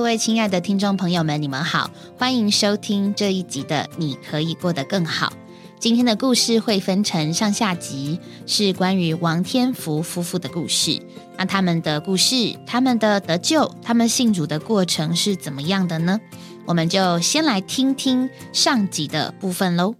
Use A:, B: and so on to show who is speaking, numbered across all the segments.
A: 位亲爱的听众朋友们，你们好，欢迎收听这一集的《你可以过得更好》。今天的故事会分成上下集，是关于王天福夫妇的故事。那他们的故事、他们的得救、他们信主的过程是怎么样的呢？我们就先来听听上集的部分喽。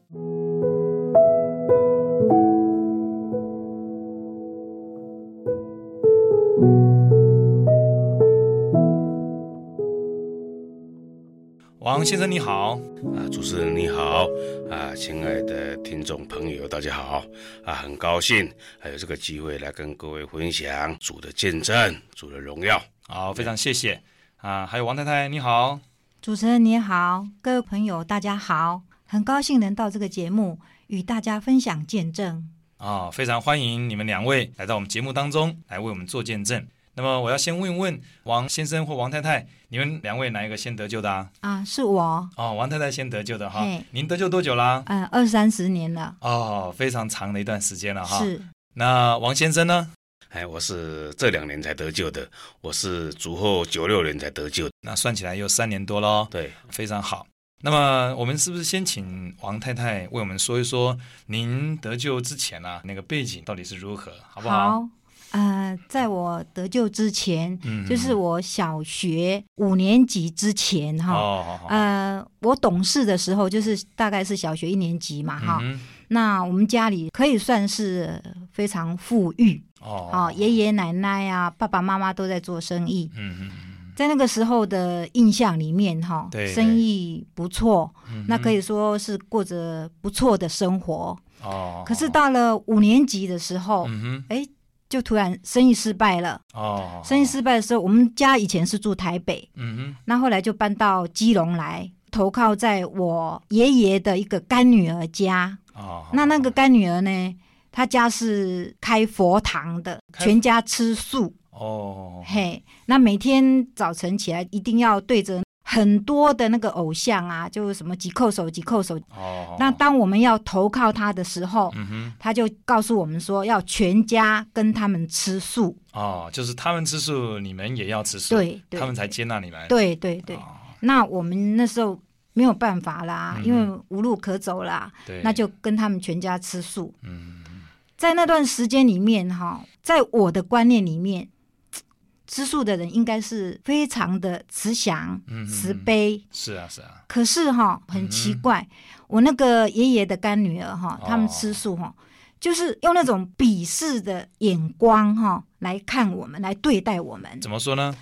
B: 王先生你好，
C: 啊，主持人你好，啊，亲爱的听众朋友，大家好，啊，很高兴还有这个机会来跟各位分享主的见证，主的荣耀。
B: 好，非常谢谢啊，还有王太太你好，
D: 主持人你好，各位朋友大家好，很高兴能到这个节目与大家分享见证。
B: 啊，非常欢迎你们两位来到我们节目当中来为我们做见证。那么我要先问一问王先生或王太太，你们两位哪一个先得救的啊？
D: 啊，是我，
B: 哦，王太太先得救的哈
D: 嘿，
B: 您得救多久啦？
D: 嗯、二三十年了，
B: 哦，非常长的一段时间啊了哈。
D: 是
B: 那王先生呢？
C: 哎，我是这两年才得救的，我是主后九六年才得救的。
B: 那算起来有三年多喽，
C: 对，
B: 非常好。那么我们是不是先请王太太为我们说一说您得救之前啊那个背景到底是如何，好不好？
D: 呃，在我得救之前，
B: 嗯
D: 就是我小学五年级之前哈。
B: 哦，好好
D: 呃，我懂事的时候就是大概是小学一年级嘛哈、
B: 嗯哼
D: 那我们家里可以算是非常富裕
B: 哦
D: 啊、爷爷奶奶啊、爸爸妈妈都在做生意，
B: 嗯嗯嗯
D: 在那个时候的印象里面，哈
B: 对，
D: 生意不错，
B: 嗯，
D: 那可
B: 以
D: 以说是过着不错的生活。
B: 哦。
D: 可是到了五年级的时
B: 哦
D: 候，哎
B: 嗯哼
D: 就突然生意失败了。
B: 哦，
D: 生意失败的时候，我们家以前是住台北，
B: 嗯
D: 那后来就搬到基隆来，投靠在我爷爷的一个干女儿家。
B: 哼哦，
D: 那那个干女儿呢，她家是开佛堂的，
B: 开
D: 全家吃素。
B: 哦
D: 嘿，那每天早晨起来一定要对着很多的那个偶像啊，就是什么几扣手、几扣手。
B: 哦，
D: 那当我们要投靠他的时候，
B: 嗯哼
D: 他就告诉我们说要全家跟他们吃素。
B: 哦，就是他们吃素，你们也要吃素，
D: 对对
B: 他们才接纳你们。
D: 对对对，
B: 哦
D: 那我们那时候没有办法啦，
B: 嗯
D: 因为无路可走啦，
B: 对，
D: 那就跟他们全家吃素。
B: 嗯嗯
D: 在那段时间里面，哈，在我的观念里面，吃素的人应该是非常的慈祥、
B: 嗯嗯
D: 慈悲。
B: 是啊是啊，
D: 可是哈、很奇怪，我那个爷爷的干女儿哈、
B: 哦
D: 他们吃素哈、就是用那种鄙视的眼光哈、来看我们，来对待我们，
B: 怎么说呢？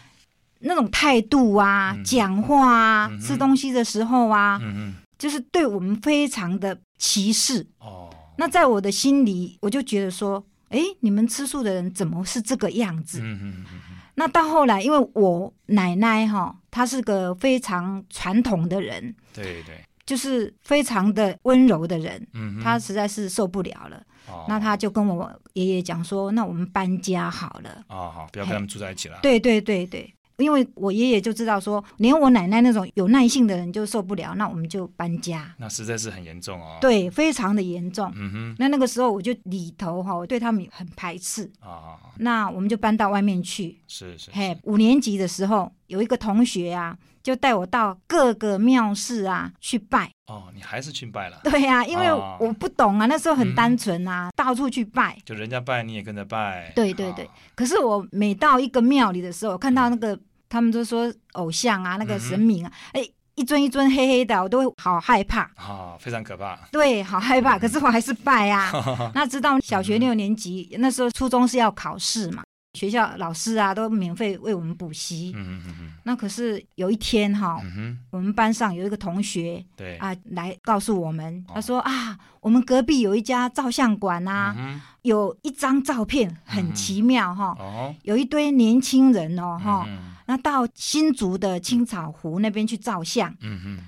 D: 那种态度啊、
B: 嗯
D: 讲话啊、
B: 嗯哼
D: 吃东西的时候啊，
B: 嗯嗯
D: 就是对我们非常的歧视。
B: 哦，
D: 那在我的心里，我就觉得说。诶，你们吃素的人怎么是这个样子？
B: 嗯嗯嗯嗯
D: 那到后来，因为我奶奶哈、她是个非常传统的人，
B: 对对，
D: 就是非常的温柔的人，
B: 嗯哼
D: 他实在是受不了了，
B: 哦
D: 那他就跟我爷爷讲说，那我们搬家好了。
B: 哦好，不要跟他们住在一起了。
D: 对对对对，因为我爷爷就知道说，连我奶奶那种有耐性的人就受不了，那我们就搬家。
B: 那实在是很严重哦。，
D: 对，非常的严重。
B: 嗯
D: 那那个时候我就里头哈、我对他们很排斥。
B: 哼啊，
D: 那我们就搬到外面去。
B: 是是
D: 嘿，五年级的时候，有一个同学啊，就带我到各个庙寺啊去拜。
B: 哦，你还是去拜了，
D: 对啊呀、因为
B: 哦
D: 我不懂啊，那时候
B: 嗯
D: 很单纯啊，到处去拜。
B: 就人家拜你也跟着拜。
D: 对对对
B: 哦，
D: 可是我每到一个庙里的时候，我看到那个
B: 嗯
D: 他们都说偶像啊，那个神明啊，哎、一尊一尊黑黑的，我都会好害怕。
B: 啊，非常可怕。
D: 对，好害
B: 嗯
D: 怕。可是我还是 拜啊。那知道小学六年级
B: 嗯
D: 那时候，初中是要考试嘛，学校老师啊都免费为我们补习。
B: 嗯嗯
D: 那可是有一天哈、
B: 嗯哼，
D: 我们班上有一个同学
B: 对
D: 啊来告诉我们，
B: 哦
D: 他说啊，我们隔壁有一家照相馆啊，
B: 嗯
D: 有一张照片很奇妙哈、
B: 哼哦
D: 有一堆年轻人哦，哈、
B: 嗯
D: 那到新竹的青草湖那边去照相，
B: 嗯哼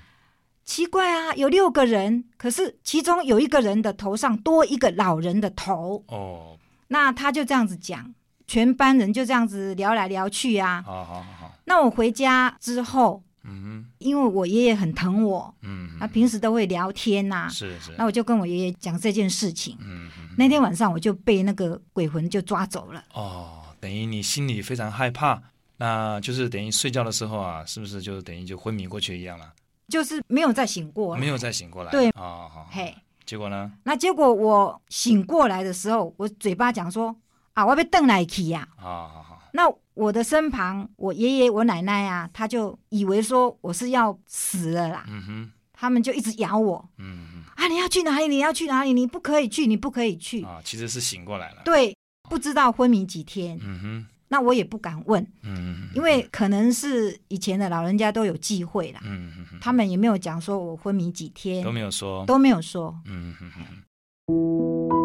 D: 奇怪啊，有六个人，可是其中有一个人的头上多一个老人的头，
B: 哦，
D: 那他就这样子讲，全班人就这样子聊来聊去啊。
B: 好好好好，
D: 那我回家之后，
B: 嗯哼
D: 因为我爷爷很疼我，
B: 嗯哼，
D: 他啊平时都会聊天呐、
B: 是是，
D: 那我就跟我爷爷讲这件事情。
B: 嗯嗯
D: 那天晚上我就被那个鬼魂就抓走了。
B: 哦，等于你心里非常害怕，那就是等于睡觉的时候啊，是不是就等于就昏迷过去一样了？
D: 就是没有再醒过来
B: 没有再醒过来。
D: 对
B: 啊、哦，好。
D: 嘿，
B: 结果呢？
D: 那结果我醒过来的时候，我嘴巴讲说啊，我被瞪来去呀、
B: 啊、好好。
D: 那我的身旁，我爷爷、我奶奶啊，他就以为说我是要死了啦，
B: 嗯哼，
D: 他们就一直咬我
B: 嗯
D: 啊，你要去哪里？你要去哪里？你不可以去，你不可以去。
B: 哼，啊，其实是醒过来了。
D: 对，不知道昏迷几天，
B: 嗯哼，
D: 那我也不敢问，
B: 嗯哼，
D: 因为可能是以前的老人家都有忌讳啦，
B: 嗯哼哼，
D: 他们也没有讲说我昏迷几天
B: 都，没有说。
D: 都没有说。
B: 嗯哼哼哼，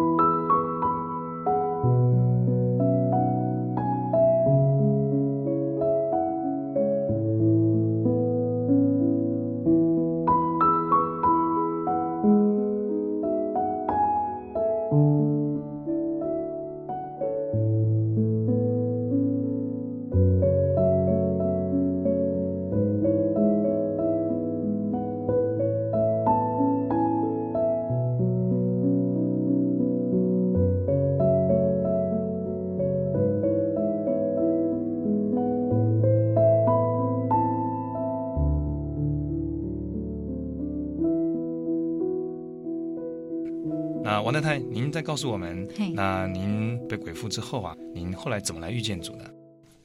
B: 那王太太，您再告诉我们，
D: 嘿，
B: 那您被鬼附之后啊，您后来怎么来遇见主的？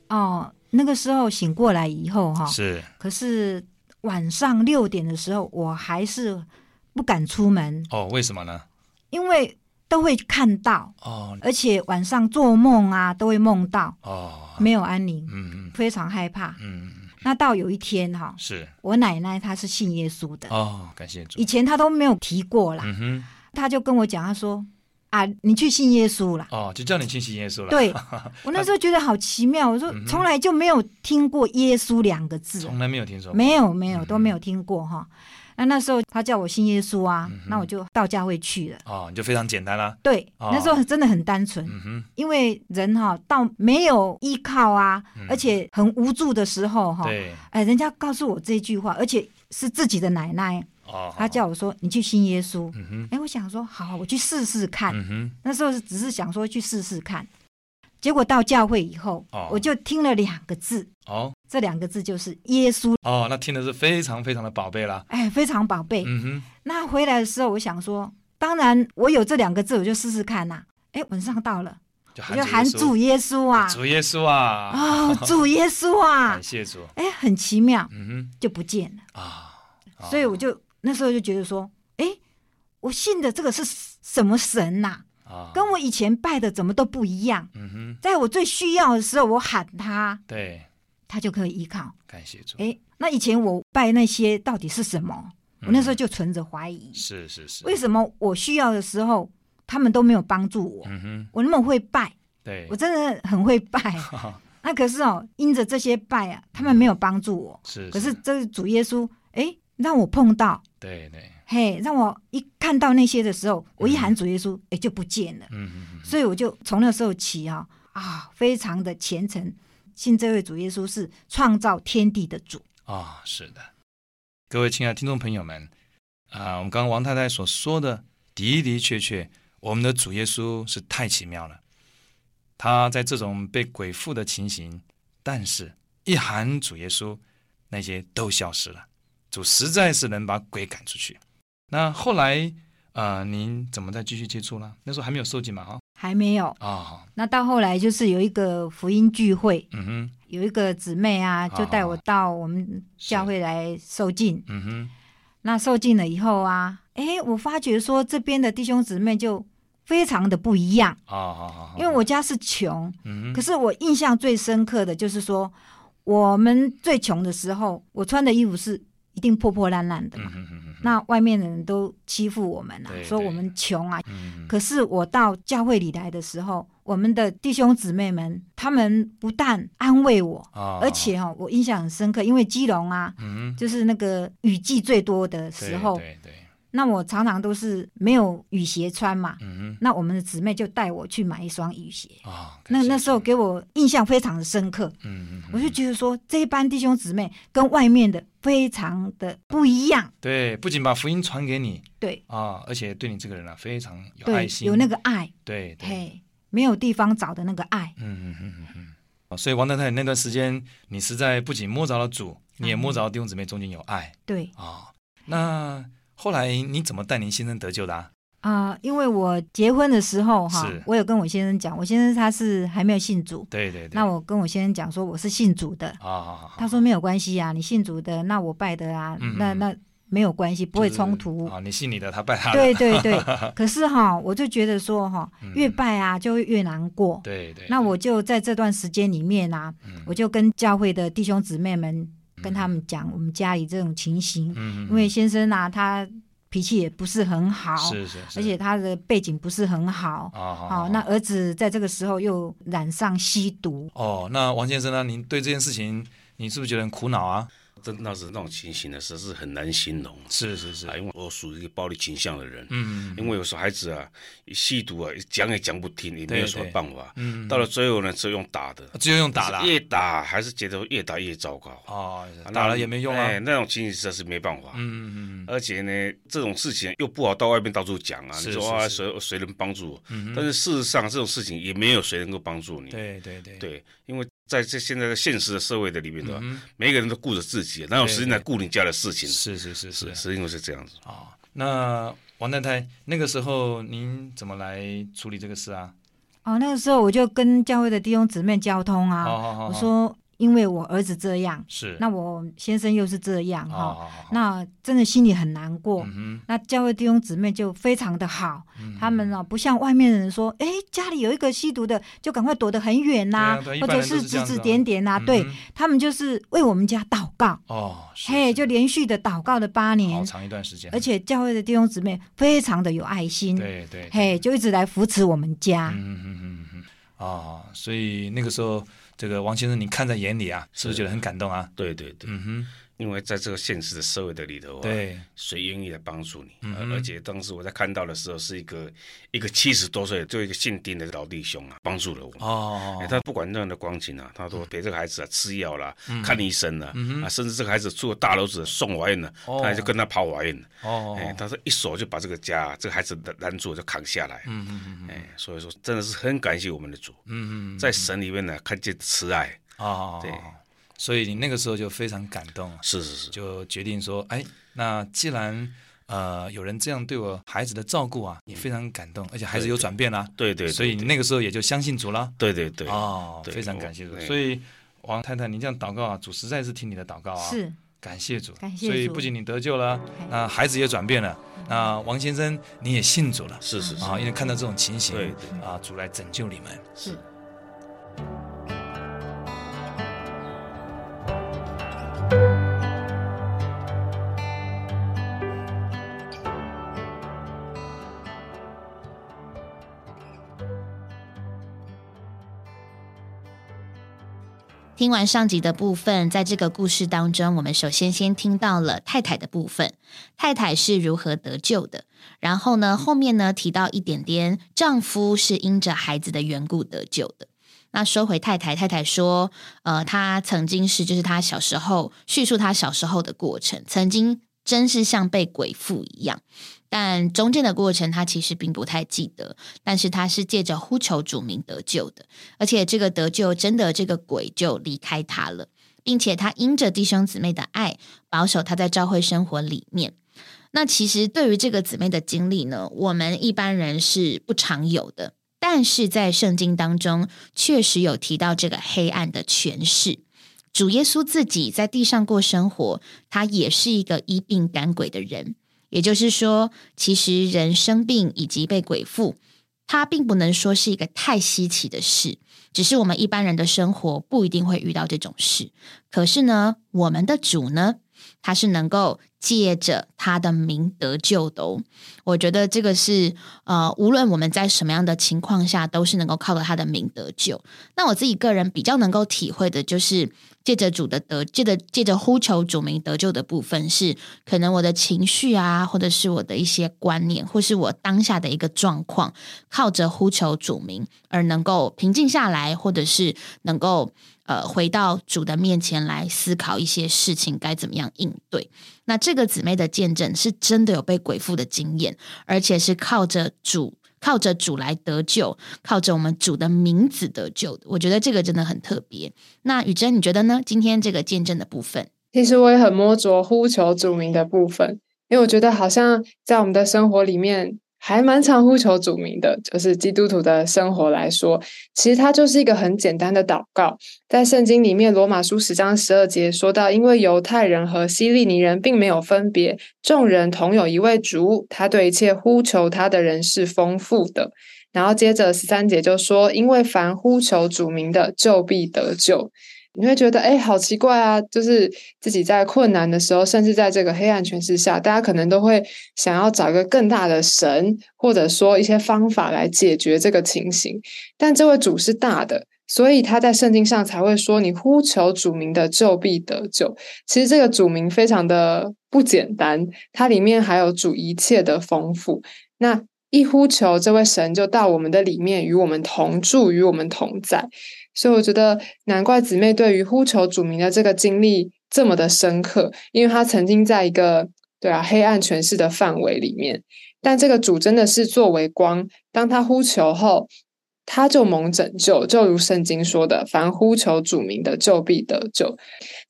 D: 哦，那个时候醒过来以后哈、
B: 是，
D: 可是晚上六点的时候，我还是不敢出门，
B: 哦，为什么呢？
D: 因为都会看到，
B: 哦，
D: 而且晚上做梦啊都会梦到，
B: 哦，
D: 没有安宁，
B: 嗯嗯
D: 非常害怕。
B: 嗯，
D: 那到有一天哈、
B: 是，
D: 我奶奶她是信耶稣的，
B: 哦，感谢主
D: 以。前她都没有提过啦，
B: 嗯哼，
D: 她就跟我讲，她说啊，你去信耶 稣啦。
B: 哦，就叫你去信耶稣了。，
D: 对我那时候觉得好奇妙，我说
B: 嗯哼
D: 从来就没有听过耶稣两个字，
B: 从来没有听说过。
D: 没有没有
B: 嗯嗯
D: 都没有听过哈。那那时候他叫我信耶稣啊，那我就到教会去了。
B: 哦，你就非常简单啦。
D: 对，
B: 哦
D: 那时候真的很单纯，
B: 嗯哼，
D: 因为人哈到没有依靠啊，而且很无助的时候哈，
B: 嗯对，
D: 哎，人家告诉我这句话，而且是自己的奶奶，
B: 哦，
D: 她叫我说你去信耶稣。
B: 嗯哼，
D: 哎，我想说好，我去试试看。
B: 嗯哼，
D: 那时候是只是想说去试试看，结果到教会以后，
B: 哦
D: 我就听了两个字，
B: 哦
D: 这两个字就是耶稣，
B: 哦，那听的是非常非常的宝贝啦。
D: 哎，非常宝贝。
B: 嗯哼，
D: 那回来的时候，我想说，当然我有这两个字，我就试试看呐、哎，晚上到了，
B: 就
D: 我就喊主
B: 耶
D: 耶稣啊
B: 稣，，主耶稣啊，
D: 哦，主耶稣啊
B: 感，谢主。
D: 哎，很奇妙，
B: 嗯
D: 就不见了。
B: 哼，啊，哦
D: 所以我就那时候就觉得说，哎，我信的这个是什么神呐、
B: 啊，
D: 跟我以前拜的怎么都不一样。
B: 嗯哼，
D: 在我最需要的时候，我喊他，
B: 对，
D: 他就可以依靠。
B: 感谢主。
D: 哎，那以前我拜那些到底是什么？我那时候就存着怀疑，
B: 嗯是是是，
D: 为什么我需要的时候，他们都没有帮助我？
B: 嗯哼，
D: 我那么会拜，
B: 对
D: 我，真的很会拜。 那可是哦，因着这些拜啊，他们没有帮助我。
B: 是，
D: 可是这个主耶稣，哎，让我碰到，
B: 对对，
D: 嘿，让我一看到那些的时候，我一喊主耶稣，哎，就不见了。
B: 嗯哼哼，
D: 所以我就从那时候起啊、啊，非常的虔诚，信这位主耶稣是创造天地的主。
B: 啊，是的，各位亲爱的听众朋友们，啊，我们刚刚王太太所说的，的的确确，我们的主耶稣是太奇妙了。他在这种被鬼附的情形，但是一喊主耶稣，那些都消失了。主实在是能把鬼赶出去。那后来，呃，您怎么再继续接触呢？那时候还没有受浸嘛，哈、
D: 还没有，
B: 啊、
D: 那到后来就是有一个福音聚会，
B: 嗯哼，
D: 有一个姊妹啊，就带我到我们教会来受浸。
B: 嗯哼，
D: 那受浸了以后啊，诶，我发觉说这边的弟兄姊妹就非常的不一样，
B: 啊、好好好，
D: 因为我家是穷，
B: 嗯
D: 可
B: 哼，
D: 是我印象最深刻的就是说，我们最穷的时候，我穿的衣服是一定破破烂烂的
B: 嗯
D: 嘛。
B: 哼哼哼，
D: 那外面的人都欺负我们啊
B: 对，
D: 说我们穷啊。
B: 嗯
D: 可是我到教会里来的时候，我们的弟兄姊妹们，他们不但安慰我，
B: 啊，
D: 而且哦，我印象很深刻，因为基隆啊，
B: 嗯哼，
D: 就是那个雨季最多的
B: 对
D: 时候，
B: 对对，
D: 那我常常都是没有雨鞋穿嘛，
B: 嗯
D: 那我们的姊妹就带我去买一双雨鞋。
B: 哼，啊，
D: 那
B: 感谢
D: 那时候
B: 主，
D: 给我印象非常的深刻，
B: 嗯嗯，
D: 我就觉得说这一班弟兄姊妹跟外面的非常的不一样，
B: 对，不仅把福音传给你
D: 对
B: 啊，而且对你这个人啊非常有爱
D: 对，
B: 心，
D: 有那个爱，
B: 对对，
D: 嘿，没有地方找的那个爱。
B: 嗯嗯嗯嗯嗯，啊所以王太太那段时间，你实在不仅摸着了主，你也摸着了弟兄姊妹中间有爱
D: 对
B: 啊、那后来你怎么带您先生得救的、啊？
D: 啊、因为我结婚的时候哈
B: 是，
D: 我有跟我先生讲，我先生他是还没有信主，
B: 对对对，
D: 那我跟我先生讲说我是信主的，
B: 啊好好好
D: 他说没有关系啊，你信主的，那我拜的啊，
B: 嗯
D: 那
B: 嗯
D: 那没有关系，不会
B: 就是
D: 冲突。
B: 啊，你信你的，他拜他的，
D: 对 对对，可是哈，我就觉得说哈，越
B: 嗯
D: 拜啊就会越难过。
B: 对对，
D: 那我就在这段时间里面啊，
B: 嗯
D: 我就跟教会的弟兄姊妹们跟他们讲我们家里这种情形，
B: 嗯，嗯
D: 因为先生啊他脾气也不是很好，
B: 是是是，
D: 而且他的背景不是很好。
B: 啊好
D: 好，
B: 好
D: 那儿子在这个时候又染上吸毒，
B: 哦，那王先生呢？您对这件事情，你是不是觉得很苦恼啊？
C: 真当时那种情形呢，实在是很难形容
B: 是是是，
C: 啊，因为我属于一个暴力倾向的人，
B: 嗯
C: 因为有时候孩子啊，吸毒啊，讲也讲不听，也没
B: 对
C: 有什么
B: 对
C: 办法。
B: 嗯，
C: 到了最后呢，只有用打的，
B: 只有用打的啊
C: 是越打还是觉得越打越糟糕，
B: 哦
C: 啊，
B: 打
C: 那
B: 了也没用啊。
C: 哎，那种情形实在是没办法。
B: 嗯嗯嗯
C: 而且呢，这种事情又不好到外面到处讲啊。
B: 是
C: 你说
B: 是
C: 啊，
B: 是
C: 谁谁能帮助我？
B: 嗯哼，
C: 但是事实上，这种事情也没有谁能够帮助你。
B: 对对对，
C: 对，因为在这现在的现实的社会的里面的话，
B: 嗯哼
C: 每个人都顾着自己，啊哪有时间来顾你家的事情？
B: 是是是是
C: 是是因为是这样子。
B: 啊。那王太太那个时候您怎么来处理这个事啊？
D: 哦，那个时候我就跟教会的弟兄姊妹交通啊，
B: 好好好，
D: 我说，因为我儿子这样，
B: 哦是，哦
D: 那我先生又是这样
B: 好
D: 哈、
B: 好好，
D: 那真的心里很难过。
B: 嗯
D: 那教会弟兄姊妹就非常的好，
B: 哼，
D: 他们呢、哦不像外面的人说，哎，家里有一个吸毒的，就赶快躲得很远呐、
B: 对啊对一
D: 或
B: 般
D: 者
B: 人都是这
D: 指
B: 样子
D: 指
B: 啊
D: 点点呐、
B: 啊
D: 对他们就是为我们家祷告，
B: 哦，是
D: 嘿，
B: 是
D: 就连续的祷告了八
B: 好
D: 年，
B: 长一段时间，
D: 而且教会的弟兄姊妹非常的有爱心，
B: 对对，对
D: 嘿，就一直来扶持我们家。
B: 嗯嗯嗯嗯嗯啊，所以那个时候，这个王先生你看在眼里啊，是不是觉得很感动啊？
C: 对对对，
B: 嗯
C: 因为在这个现实的社会的里头、
B: 哼，
C: 啊，，
B: 对，
C: 谁愿意来帮助你？
B: 嗯哼
C: 而而且当时我在看到的时候，是一个一个七十多岁就一个姓丁的老弟兄啊，帮助了我。哎
B: 哦，
C: 他不管那样的光景啊，他都陪这个孩子啊吃药啦、看医生啦、
B: 嗯哼
C: 啊，甚至这个孩子住大楼子送怀孕了，
B: 哦
C: 他就跟他跑怀孕了。
B: 哦，
C: 哎，他说一手就把这个家这个孩子拦拦住就扛下来。
B: 嗯嗯嗯
C: 哎，所以说真的是很感谢我们的主，
B: 嗯嗯，
C: 在神里面呢看见慈爱。
B: 啊，
C: 对，
B: 所以你那个时候就非常感动，
C: 是是是，
B: 就决定说，哎，那既然呃有人这样对我孩子的照顾啊，也非常感动，而且孩子有转变啦，
C: 对对，对
B: 所以你那个时候也就相信主了。
C: 对对对，
B: 哦，
C: 对
B: 非常
C: 我
B: 感谢主，
C: 对
B: 所以王太太，你这样祷告啊，主实在是听你的祷告啊，
D: 是，
B: 感谢主，
D: 感谢
B: 所以
D: 主
B: 不仅你得救了
D: 哎，
B: 那孩子也转变了，那王先生你也信主了
C: 是是是，
B: 啊，因为看到这种情形
C: 对对
B: 啊，主来拯救你们。
D: 是。
E: 听完上集的部分，在这个故事当中，我们首先先听到了太太的部分，太太是如何得救的。然后呢，后面呢提到一点点，丈夫是因着孩子的缘故得救的。那说回太太，太太说，呃，她曾经是就是她小时候叙述她小时候的过程，曾经真是像被鬼附一样，但中间的过程她其实并不太记得，但是她是借着呼求主名得救的。而且这个得救真的这个鬼就离开他了，并且他因着弟兄姊妹的爱，保守他在教会生活里面。那其实对于这个姊妹的经历呢，我们一般人是不常有的，但是在圣经当中确实有提到这个黑暗的权势。主耶稣自己在地上过生活，他也是一个医病赶鬼的人。也就是说，其实人生病以及被鬼附，它并不能说是一个太稀奇的事。只是我们一般人的生活不一定会遇到这种事。可是呢，我们的主呢，他是能够借着他的名得救的哦。我觉得这个是呃，无论我们在什么样的情况下，都是能够靠着他的名得救。那我自己个人比较能够体会的就是。借着主的得，借着借着呼求主名得救的部分是，可能我的情绪啊，或者是我的一些观念，或是我当下的一个状况，靠着呼求主名而能够呃平静下来，或者是能够呃回到主的面前来思考一些事情该怎么样应对。那这个姊妹的见证是真的有被鬼附的经验，而且是靠着主。
A: 靠着主来得救，靠着我们主的名字得救的。我觉得这个真的很特别。那雨珍，你觉得呢？今天这个见证的部分，
F: 其实我也很摸着呼求主名的部分，因为我觉得好像在我们的生活里面还蛮常呼求主名的。就是基督徒的生活来说，其实它就是一个很简单的祷告。在圣经里面，《罗马书》十章十二节说到，因为犹太人和希利尼人并没有分别，众人同有一位主，他对一切呼求他的人是丰富的。然后接着十三节就说，因为凡呼求主名的，就必得救。你会觉得，哎，好奇怪啊！就是自己在困难的时候，甚至在这个黑暗权势下，大家可能都会想要找一个更大的神，或者说一些方法来解决这个情形。但这位主是大的，所以他在圣经上才会说：“你呼求主名的，就必得救。”其实这个主名非常的不简单，它里面还有主一切的丰富。那一呼求，这位神就到我们的里面，与我们同住，与我们同在。所以我觉得，难怪姊妹对于呼求主名的这个经历这么的深刻，因为她曾经在一个对啊黑暗权势的范围里面，但这个主真的是作为光，当他呼求后，他就蒙拯救，就如圣经说的，凡呼求主名的，就必得救。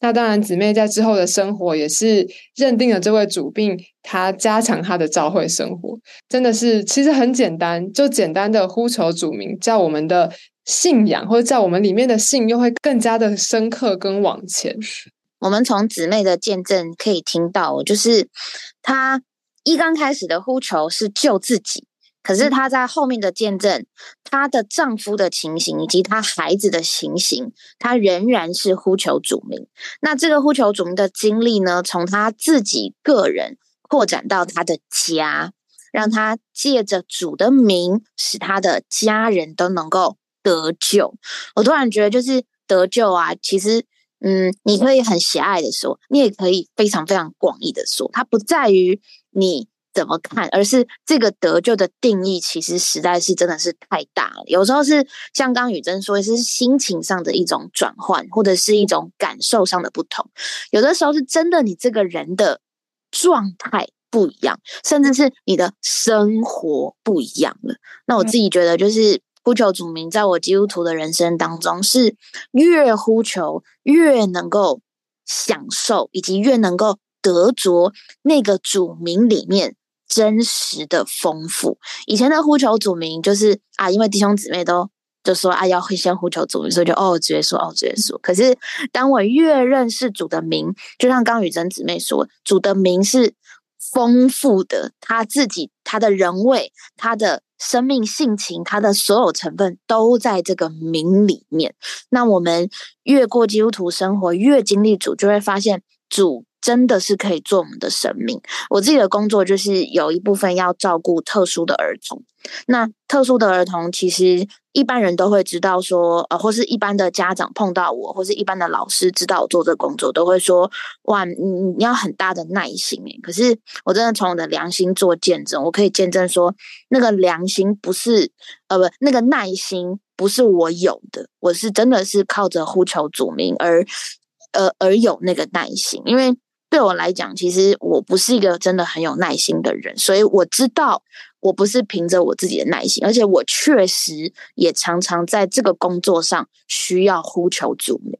F: 那当然，姊妹在之后的生活也是认定了这位主，并她加强她的教会生活，真的是其实很简单，就简单的呼求主名，叫我们的。信仰，或者在我们里面的信，又会更加的深刻跟往前。
E: 我们从姊妹的见证可以听到，哦就是她一刚开始的呼求是救自己，可是她在后面的见证，她的丈夫的情形以及她孩子的情形，她仍然是呼求主名。那这个呼求主名的经历呢，从她自己个人扩展到她的家，让她借着主的名，使她的家人都能够。得救，我突然觉得就是得救啊，其实，嗯，你可以很狭隘的说，你也可以非常非常广义的说，它不在于你怎么看，而是这个得救的定义，其实实在是真的是太大了。有时候是像刚雨珍说，是心情上的一种转换，或者是一种感受上的不同，有的时候是真的你这个人的状态。不一样，甚至是你的生活不一样了。那我自己觉得就是。嗯呼求主名，在我基督徒的人生当中，是越呼求越能够享受，以及越能够得着那个主名里面真实的丰富。以前的呼求主名，就是啊，因为弟兄姊妹都就说啊，要会先呼求主名，所以就哦，直接说哦，直接说。可是当我越认识主的名，就像刚雨珍姊妹说，主的名是丰富的，他自己他的人位，他的。生命性情，它的所有成分都在这个名里面。那我们越过基督徒生活，越经历主，就会发现主真的是可以做我们的生命。我自己的工作就是有一部分要照顾特殊的儿童。那特殊的儿童，其实一般人都会知道说，呃，或是一般的家长碰到我，或是一般的老师知道我做这工作，都会说，哇，你你要很大的耐心诶。可是我真的从我的良心做见证，我可以见证说，那个良心不是，呃，不，那个耐心不是我有的，我是真的是靠着呼求主名而，呃，而有那个耐心。因为对我来讲，其实我不是一个真的很有耐心的人，所以我知道。我不是凭着我自己的耐心，而且我确实也常常在这个工作上需要呼求主名。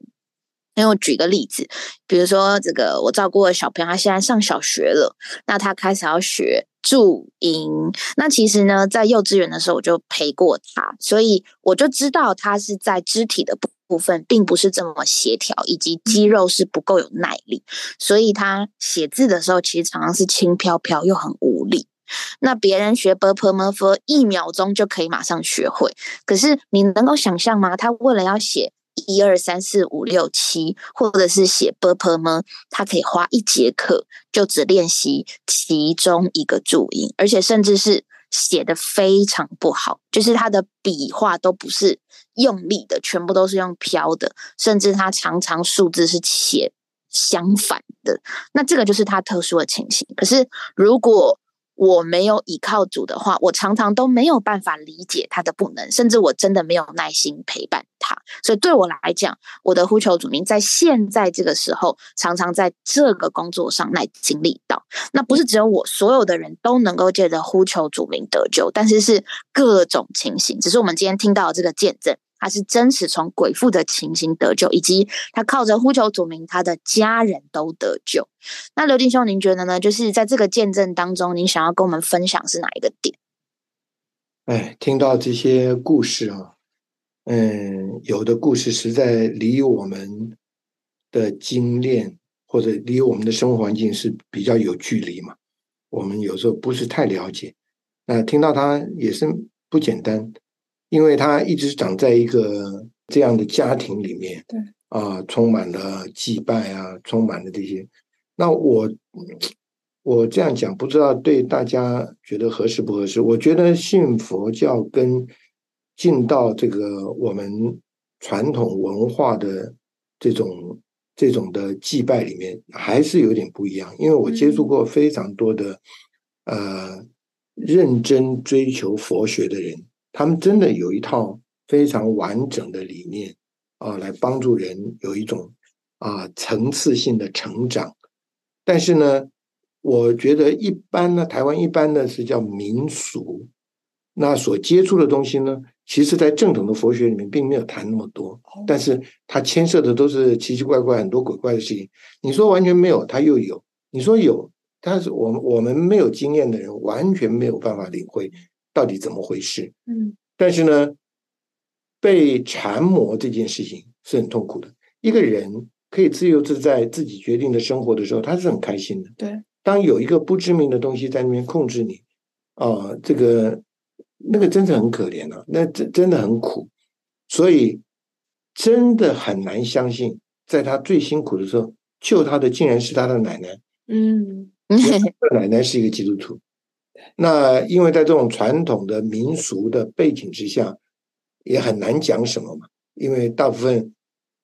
E: 因为我举个例子，比如说这个我照顾的小朋友，他现在上小学了，那他开始要学注音。那其实呢，在幼稚园的时候我就陪过他，所以我就知道他是在肢体的部分并不是这么协调，以及肌肉是不够有耐力，所以他写字的时候其实常常是轻飘飘又很无力。那别人学 b p m f 一秒钟就可以马上学会，可是你能够想象吗？他为了要写一二三四五六七，或者是写 b p m，他可以花一节课就只练习其中一个注音，而且甚至是写的非常不好，就是他的笔画都不是用力的，全部都是用飘的，甚至他常常数字是写相反的。那这个就是他特殊的情形。可是如果我没有倚靠主的话，我常常都没有办法理解他的不能，甚至我真的没有耐心陪伴他。所以对我来讲，我的呼求主名在现在这个时候，常常在这个工作上来经历到。那不是只有我，所有的人都能够借着呼求主名得救，但是是各种情形。只是我们今天听到的这个见证。他是真实从鬼父的情形得救，以及他靠着呼求主名，他的家人都得救。那刘弟兄，您觉得呢？就是在这个见证当中，您想要跟我们分享是哪一个点？
G: 哎，听到这些故事啊，嗯，有的故事实在离我们的经验或者离我们的生活环境是比较有距离嘛，我们有时候不是太了解。那听到他也是不简单。因为他一直长在一个这样的家庭里面，
F: 对
G: 啊、充满了祭拜啊，充满了这些。那我我这样讲，不知道对大家觉得合适不合适？我觉得信佛教跟进到这个我们传统文化的这种这种的祭拜里面，还是有点不一样。因为我接触过非常多的、呃认真追求佛学的人，他们真的有一套非常完整的理念啊、来帮助人有一种啊、层次性的成长。但是呢，我觉得一般呢，台湾一般呢是叫民俗，那所接触的东西呢，其实，在正统的佛学里面并没有谈那么多，但是它牵涉的都是奇奇怪怪、很多鬼怪的事情。你说完全没有，它又有；你说有，但是我们我们没有经验的人完全没有办法领会到底怎么回事。
F: 嗯，
G: 但是呢，被缠磨这件事情是很痛苦的。一个人可以自由自在、自己决定的生活的时候，他是很开心的。
F: 对，
G: 当有一个不知名的东西在那边控制你，啊、这个那个真的很可怜啊，那真真的很苦，所以真的很难相信，在他最辛苦的时候，救他的竟然是他的奶奶。
F: 嗯，
G: 奶奶是一个基督徒。那因为在这种传统的民俗的背景之下，也很难讲什么嘛。因为大部分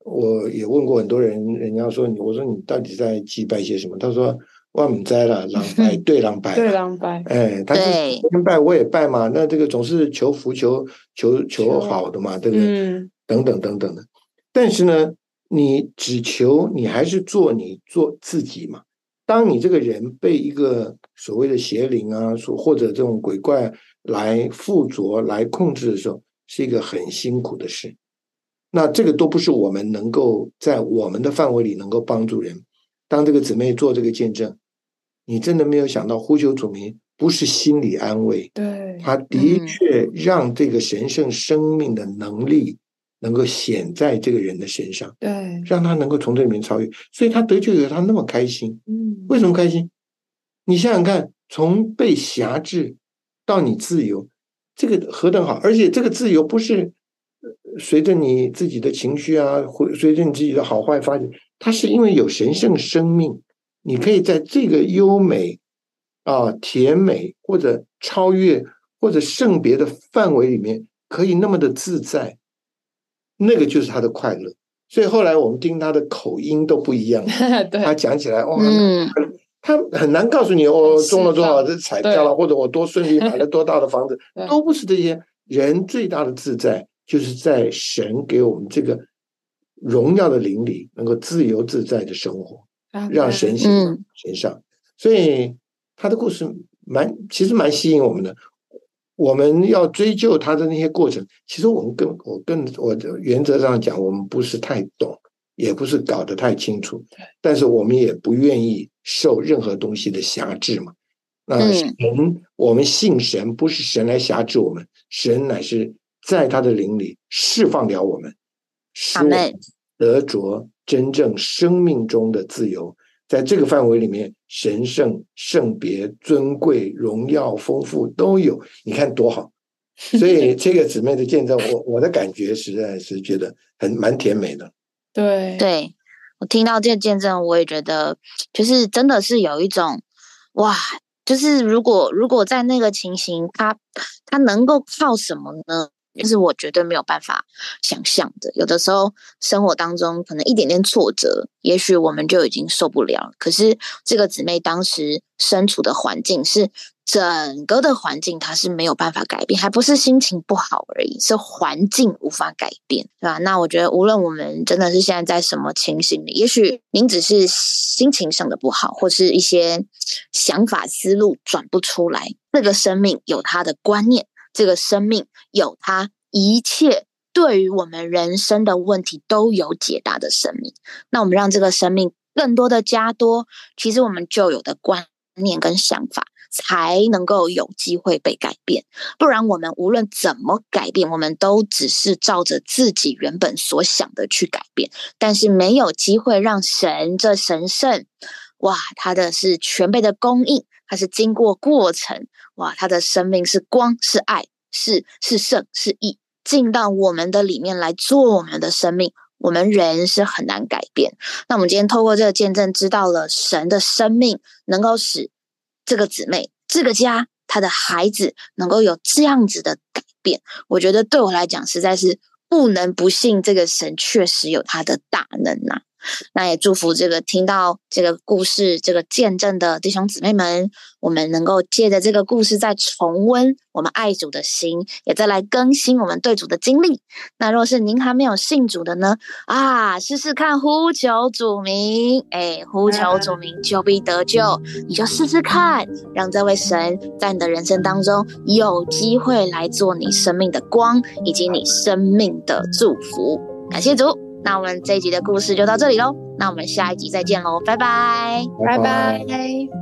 G: 我也问过很多人，人家说你，我说你到底在祭拜些什么？他说万母斋了，狼 拜对狼拜，
F: 对，狼白，
G: 哎，他
E: 对
G: 是先拜我也拜嘛，那这个总是求福求求求好的嘛，对不对？
F: 嗯，
G: 等等等等的。但是呢，你只求你还是做你做自己嘛。当你这个人被一个所谓的邪灵啊，所或者这种鬼怪来附着、来控制的时候，是一个很辛苦的事。那这个都不是我们能够在我们的范围里能够帮助人。当这个姊妹做这个见证，你真的没有想到呼求主名不是心理安慰，
F: 对，
G: 他的
E: 嗯
G: 确让这个神圣生命的能力能够显在这个人的身上，
F: 对，
G: 让他能够从这里面超越。所以他得救以后，他那么开心，
F: 嗯，
G: 为什么开心？你想想看，从被辖制到你自由，这个何等好！而且这个自由不是呃随着你自己的情绪啊，或随着你自己的好坏发展，它是因为有神圣生命，你可以在这个优美啊、甜美或者超越或者圣别的范围里面，可以那么的自在，那个就是他的快乐。所以后来我们听他的口音都不一样了，他
F: 对，
G: 讲起来哇，
E: 嗯，
G: 他很难告诉你我
F: 很
G: 中了
F: 释
G: 多
F: 放
G: 少的彩票了，
F: 对
G: 或者我多顺利买了多大的房子
F: 对，
G: 都不是这些。人最大的自在，就是在神给我们这个荣耀的灵里，能够自由自在的生活，让神
F: 对
G: 欣赏
E: 嗯
G: 神上。所以他的故事蛮，其实蛮吸引我们的。我们要追究他的那些过程，其实我们更我更我原则上讲，我们不是太懂，也不是搞得太清楚。但是我们也不愿意受任何东西的辖制嘛。那
E: 嗯
G: 神，我们信神，不是神来辖制我们，神乃是在他的灵里释放了我们，使我们
E: Amen
G: 得着真正生命中的自由。在这个范围里面，神圣、圣别、尊贵、荣耀、丰富都有，你看多好！所以这个姊妹的见证，我我的感觉实在是觉得很蛮甜美的。
F: 对，
E: 对我听到这个见证，我也觉得就是真的是有一种哇，就是如果如果在那个情形，他他能够靠什么呢？就是我绝对没有办法想象的。有的时候生活当中可能一点点挫折，也许我们就已经受不了了。可是这个姊妹当时身处的环境是整个的环境它是没有办法改变，还不是心情不好而已，是环境无法改变，对吧？那我觉得，无论我们真的是现在在什么情形里，也许您只是心情上的不好，或是一些想法思路转不出来，这个生命有它的观念，这个生命有它一切。对于我们人生的问题都有解答的生命，那我们让这个生命更多的加多，其实我们旧有的观念跟想法才能够有机会被改变。不然，我们无论怎么改变，我们都只是照着自己原本所想的去改变，但是没有机会让神这神圣，哇，他的是全备的供应，它是经过过程，哇，他的生命是光，是爱，是是圣，是义。进到我们的里面来做我们的生命，我们人是很难改变。那我们今天透过这个见证，知道了神的生命能够使这个姊妹、这个家、她的孩子能够有这样子的改变。我觉得对我来讲，实在是不能不信这个神确实有他的大能呐、啊。那也祝福这个听到这个故事、这个见证的弟兄姊妹们，我们能够借着这个故事再重温我们爱主的心，也再来更新我们对主的经历。那若是您还没有信主的呢，啊，试试看呼求主名，哎，呼求主名就必得救，你就试试看，让这位神在你的人生当中有机会来做你生命的光，以及你生命的祝福。感谢主。那我们这一集的故事就到这里喽，那我们下一集再见喽，拜拜，
G: 拜拜。
F: 拜拜